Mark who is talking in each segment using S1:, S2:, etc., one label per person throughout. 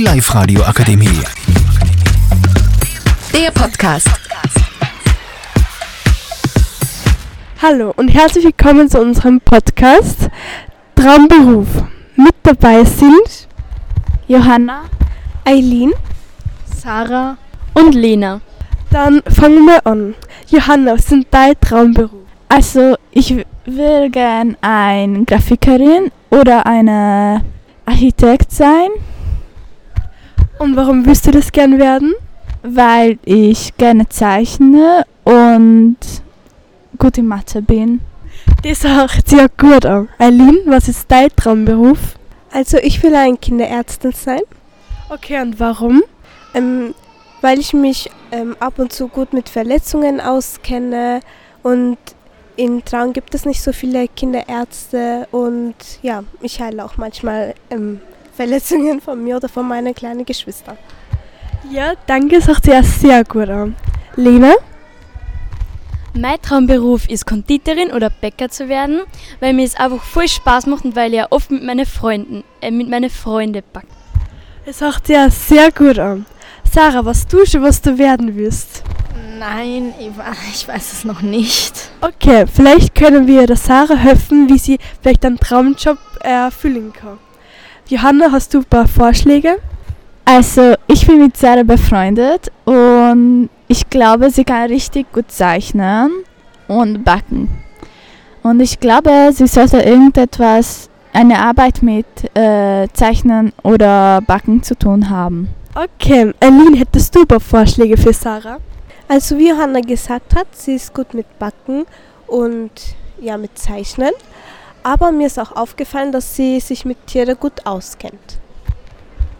S1: Live Radio Akademie.
S2: Der Podcast.
S3: Hallo und herzlich willkommen zu unserem Podcast Traumberuf. Mit dabei sind
S4: Johanna,
S3: Eileen.
S4: Sarah und Lena.
S3: Dann fangen wir an. Johanna, was sind dein Traumberuf?
S4: Also, ich w- will gern eine Grafikerin oder eine Architekt sein,
S3: Und warum willst du das gern werden?
S4: weil ich gerne zeichne ne, und gut in Mathe bin.
S3: Das hört sich ja gut an. Eileen, was ist dein Traumberuf?
S5: Also ich will ein Kinderärztin sein,
S3: Okay, und warum?
S5: ähm, weil ich mich ähm, ab und zu gut mit Verletzungen auskenne und in Traun gibt es nicht so viele Kinderärzte und ja, ich heile auch manchmal ähm, Verletzungen von mir oder von meinen kleinen Geschwistern.
S3: Ja, danke, das hört sich ja sehr gut an. Lena?
S6: Mein Traumberuf ist Konditorin oder Bäcker zu werden, weil mir es einfach voll Spaß macht und weil ich ja oft mit meinen Freunden, äh, mit meinen Freunden backe.
S3: Das hört sich ja sehr gut an. Sarah, was du schon, was du werden willst?
S7: Nein, ich wa- ich weiß es noch nicht.
S3: Okay, vielleicht können wir der Sarah helfen, wie sie vielleicht einen Traumjob erfüllen kann. Johanna, hast du ein paar Vorschläge?
S4: Also, ich bin mit Sarah befreundet und ich glaube, sie kann richtig gut zeichnen und backen. Und ich glaube, sie sollte irgendetwas, eine Arbeit mit äh, Zeichnen oder Backen zu tun haben.
S3: Okay, Aline, hättest du ein paar Vorschläge für Sarah?
S5: Also wie Johanna gesagt hat, sie ist gut mit Backen und ja mit Zeichnen, aber mir ist auch aufgefallen, dass sie sich mit Tieren gut auskennt.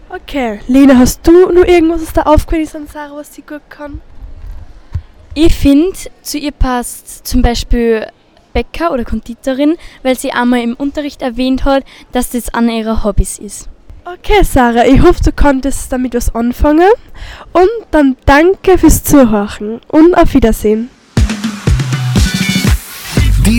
S3: Okay, Lena, hast du nur irgendwas, was da aufgefallen ist an Sarah, was sie gut kann?
S6: Ich finde, zu ihr passt zum Beispiel Bäcker oder Konditorin, weil sie einmal im Unterricht erwähnt hat, dass das einer ihrer Hobbys ist.
S3: Okay, Sarah, ich hoffe, du konntest damit was anfangen. Und dann danke fürs Zuhören und auf Wiedersehen.
S1: Die